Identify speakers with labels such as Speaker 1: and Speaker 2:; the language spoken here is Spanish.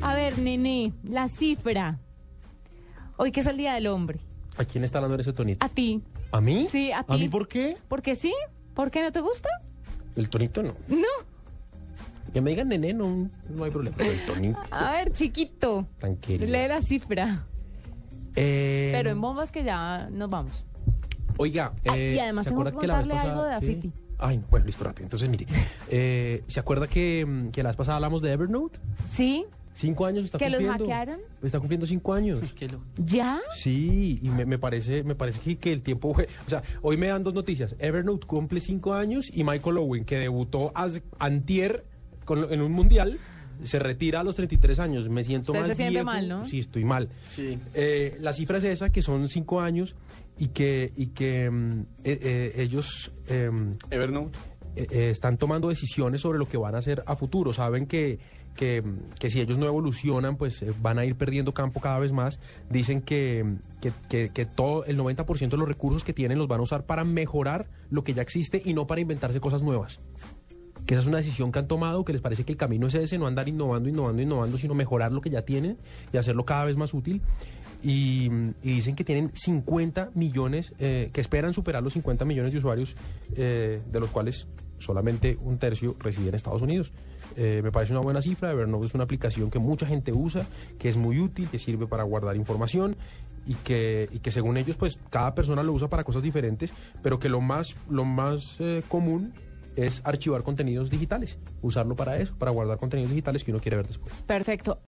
Speaker 1: A ver, nene, la cifra. Hoy que es el Día del Hombre.
Speaker 2: ¿A quién está hablando ese tonito?
Speaker 1: A ti.
Speaker 2: ¿A mí?
Speaker 1: Sí, a ti.
Speaker 2: ¿A mí por qué?
Speaker 1: ¿Por qué sí? ¿Por qué no te gusta?
Speaker 2: El tonito no.
Speaker 1: No.
Speaker 2: Que me digan nene, no, no hay problema. Pero el tonito,
Speaker 1: A ver, chiquito.
Speaker 2: tan querido.
Speaker 1: Lee la cifra.
Speaker 2: Eh,
Speaker 1: Pero en bombas que ya nos vamos.
Speaker 2: Oiga,
Speaker 1: Ay,
Speaker 2: eh,
Speaker 1: y además
Speaker 2: ¿se
Speaker 1: tengo que
Speaker 2: acuerda que la vez
Speaker 1: contarle algo
Speaker 2: pasada-
Speaker 1: de
Speaker 2: ¿Qué?
Speaker 1: Afiti.
Speaker 2: Ay, no, bueno, listo, rápido. Entonces, mire, eh, ¿se acuerda que, mm, que la vez pasada hablamos de Evernote?
Speaker 1: ¿Sí?
Speaker 2: Cinco años está
Speaker 1: ¿Que los
Speaker 2: cumpliendo.
Speaker 1: hackearon?
Speaker 2: Está cumpliendo cinco años.
Speaker 3: Qué lo-
Speaker 1: ¿Ya?
Speaker 2: Sí, y me, me parece, me parece que, que el tiempo fue. O sea, hoy me dan dos noticias. Evernote cumple cinco años y Michael Owen, que debutó hace- antier con lo- en un mundial, se retira a los 33 años. Me siento
Speaker 1: Usted
Speaker 2: más
Speaker 1: se siente
Speaker 2: viejo.
Speaker 1: mal, ¿no?
Speaker 2: Sí, estoy mal.
Speaker 3: Sí.
Speaker 2: Eh, la cifra es esa, que son cinco años y que, y que mm, eh, eh, ellos em,
Speaker 3: Evernote.
Speaker 2: eh, eh, están tomando decisiones sobre lo que van a hacer a futuro. Saben que, que, mm, que si ellos no evolucionan, pues eh, van a ir perdiendo campo cada vez más. Dicen que, mm, que, que- que todo el 90% de los recursos que tienen los van a usar para mejorar lo que ya existe y no para inventarse cosas nuevas. Que esa es una decisión que han tomado, que les parece que el camino es ese, no andar innovando, innovando, innovando, sino mejorar lo que ya tienen y hacerlo cada vez más útil. Y, mm, y dicen que tienen 50 millones, eh, que esperan superar los 50 millones de usuarios, eh, de los cuales solamente un tercio reside en Estados Unidos. Eh, me parece una buena cifra, Evernote es una aplicación que mucha gente usa, que es muy útil, que sirve para guardar información y que, y que según ellos, pues cada persona lo usa para cosas diferentes, pero que lo más, lo más eh, común es archivar contenidos digitales, usarlo para eso, para guardar contenidos digitales que uno quiere ver después.
Speaker 1: Perfecto.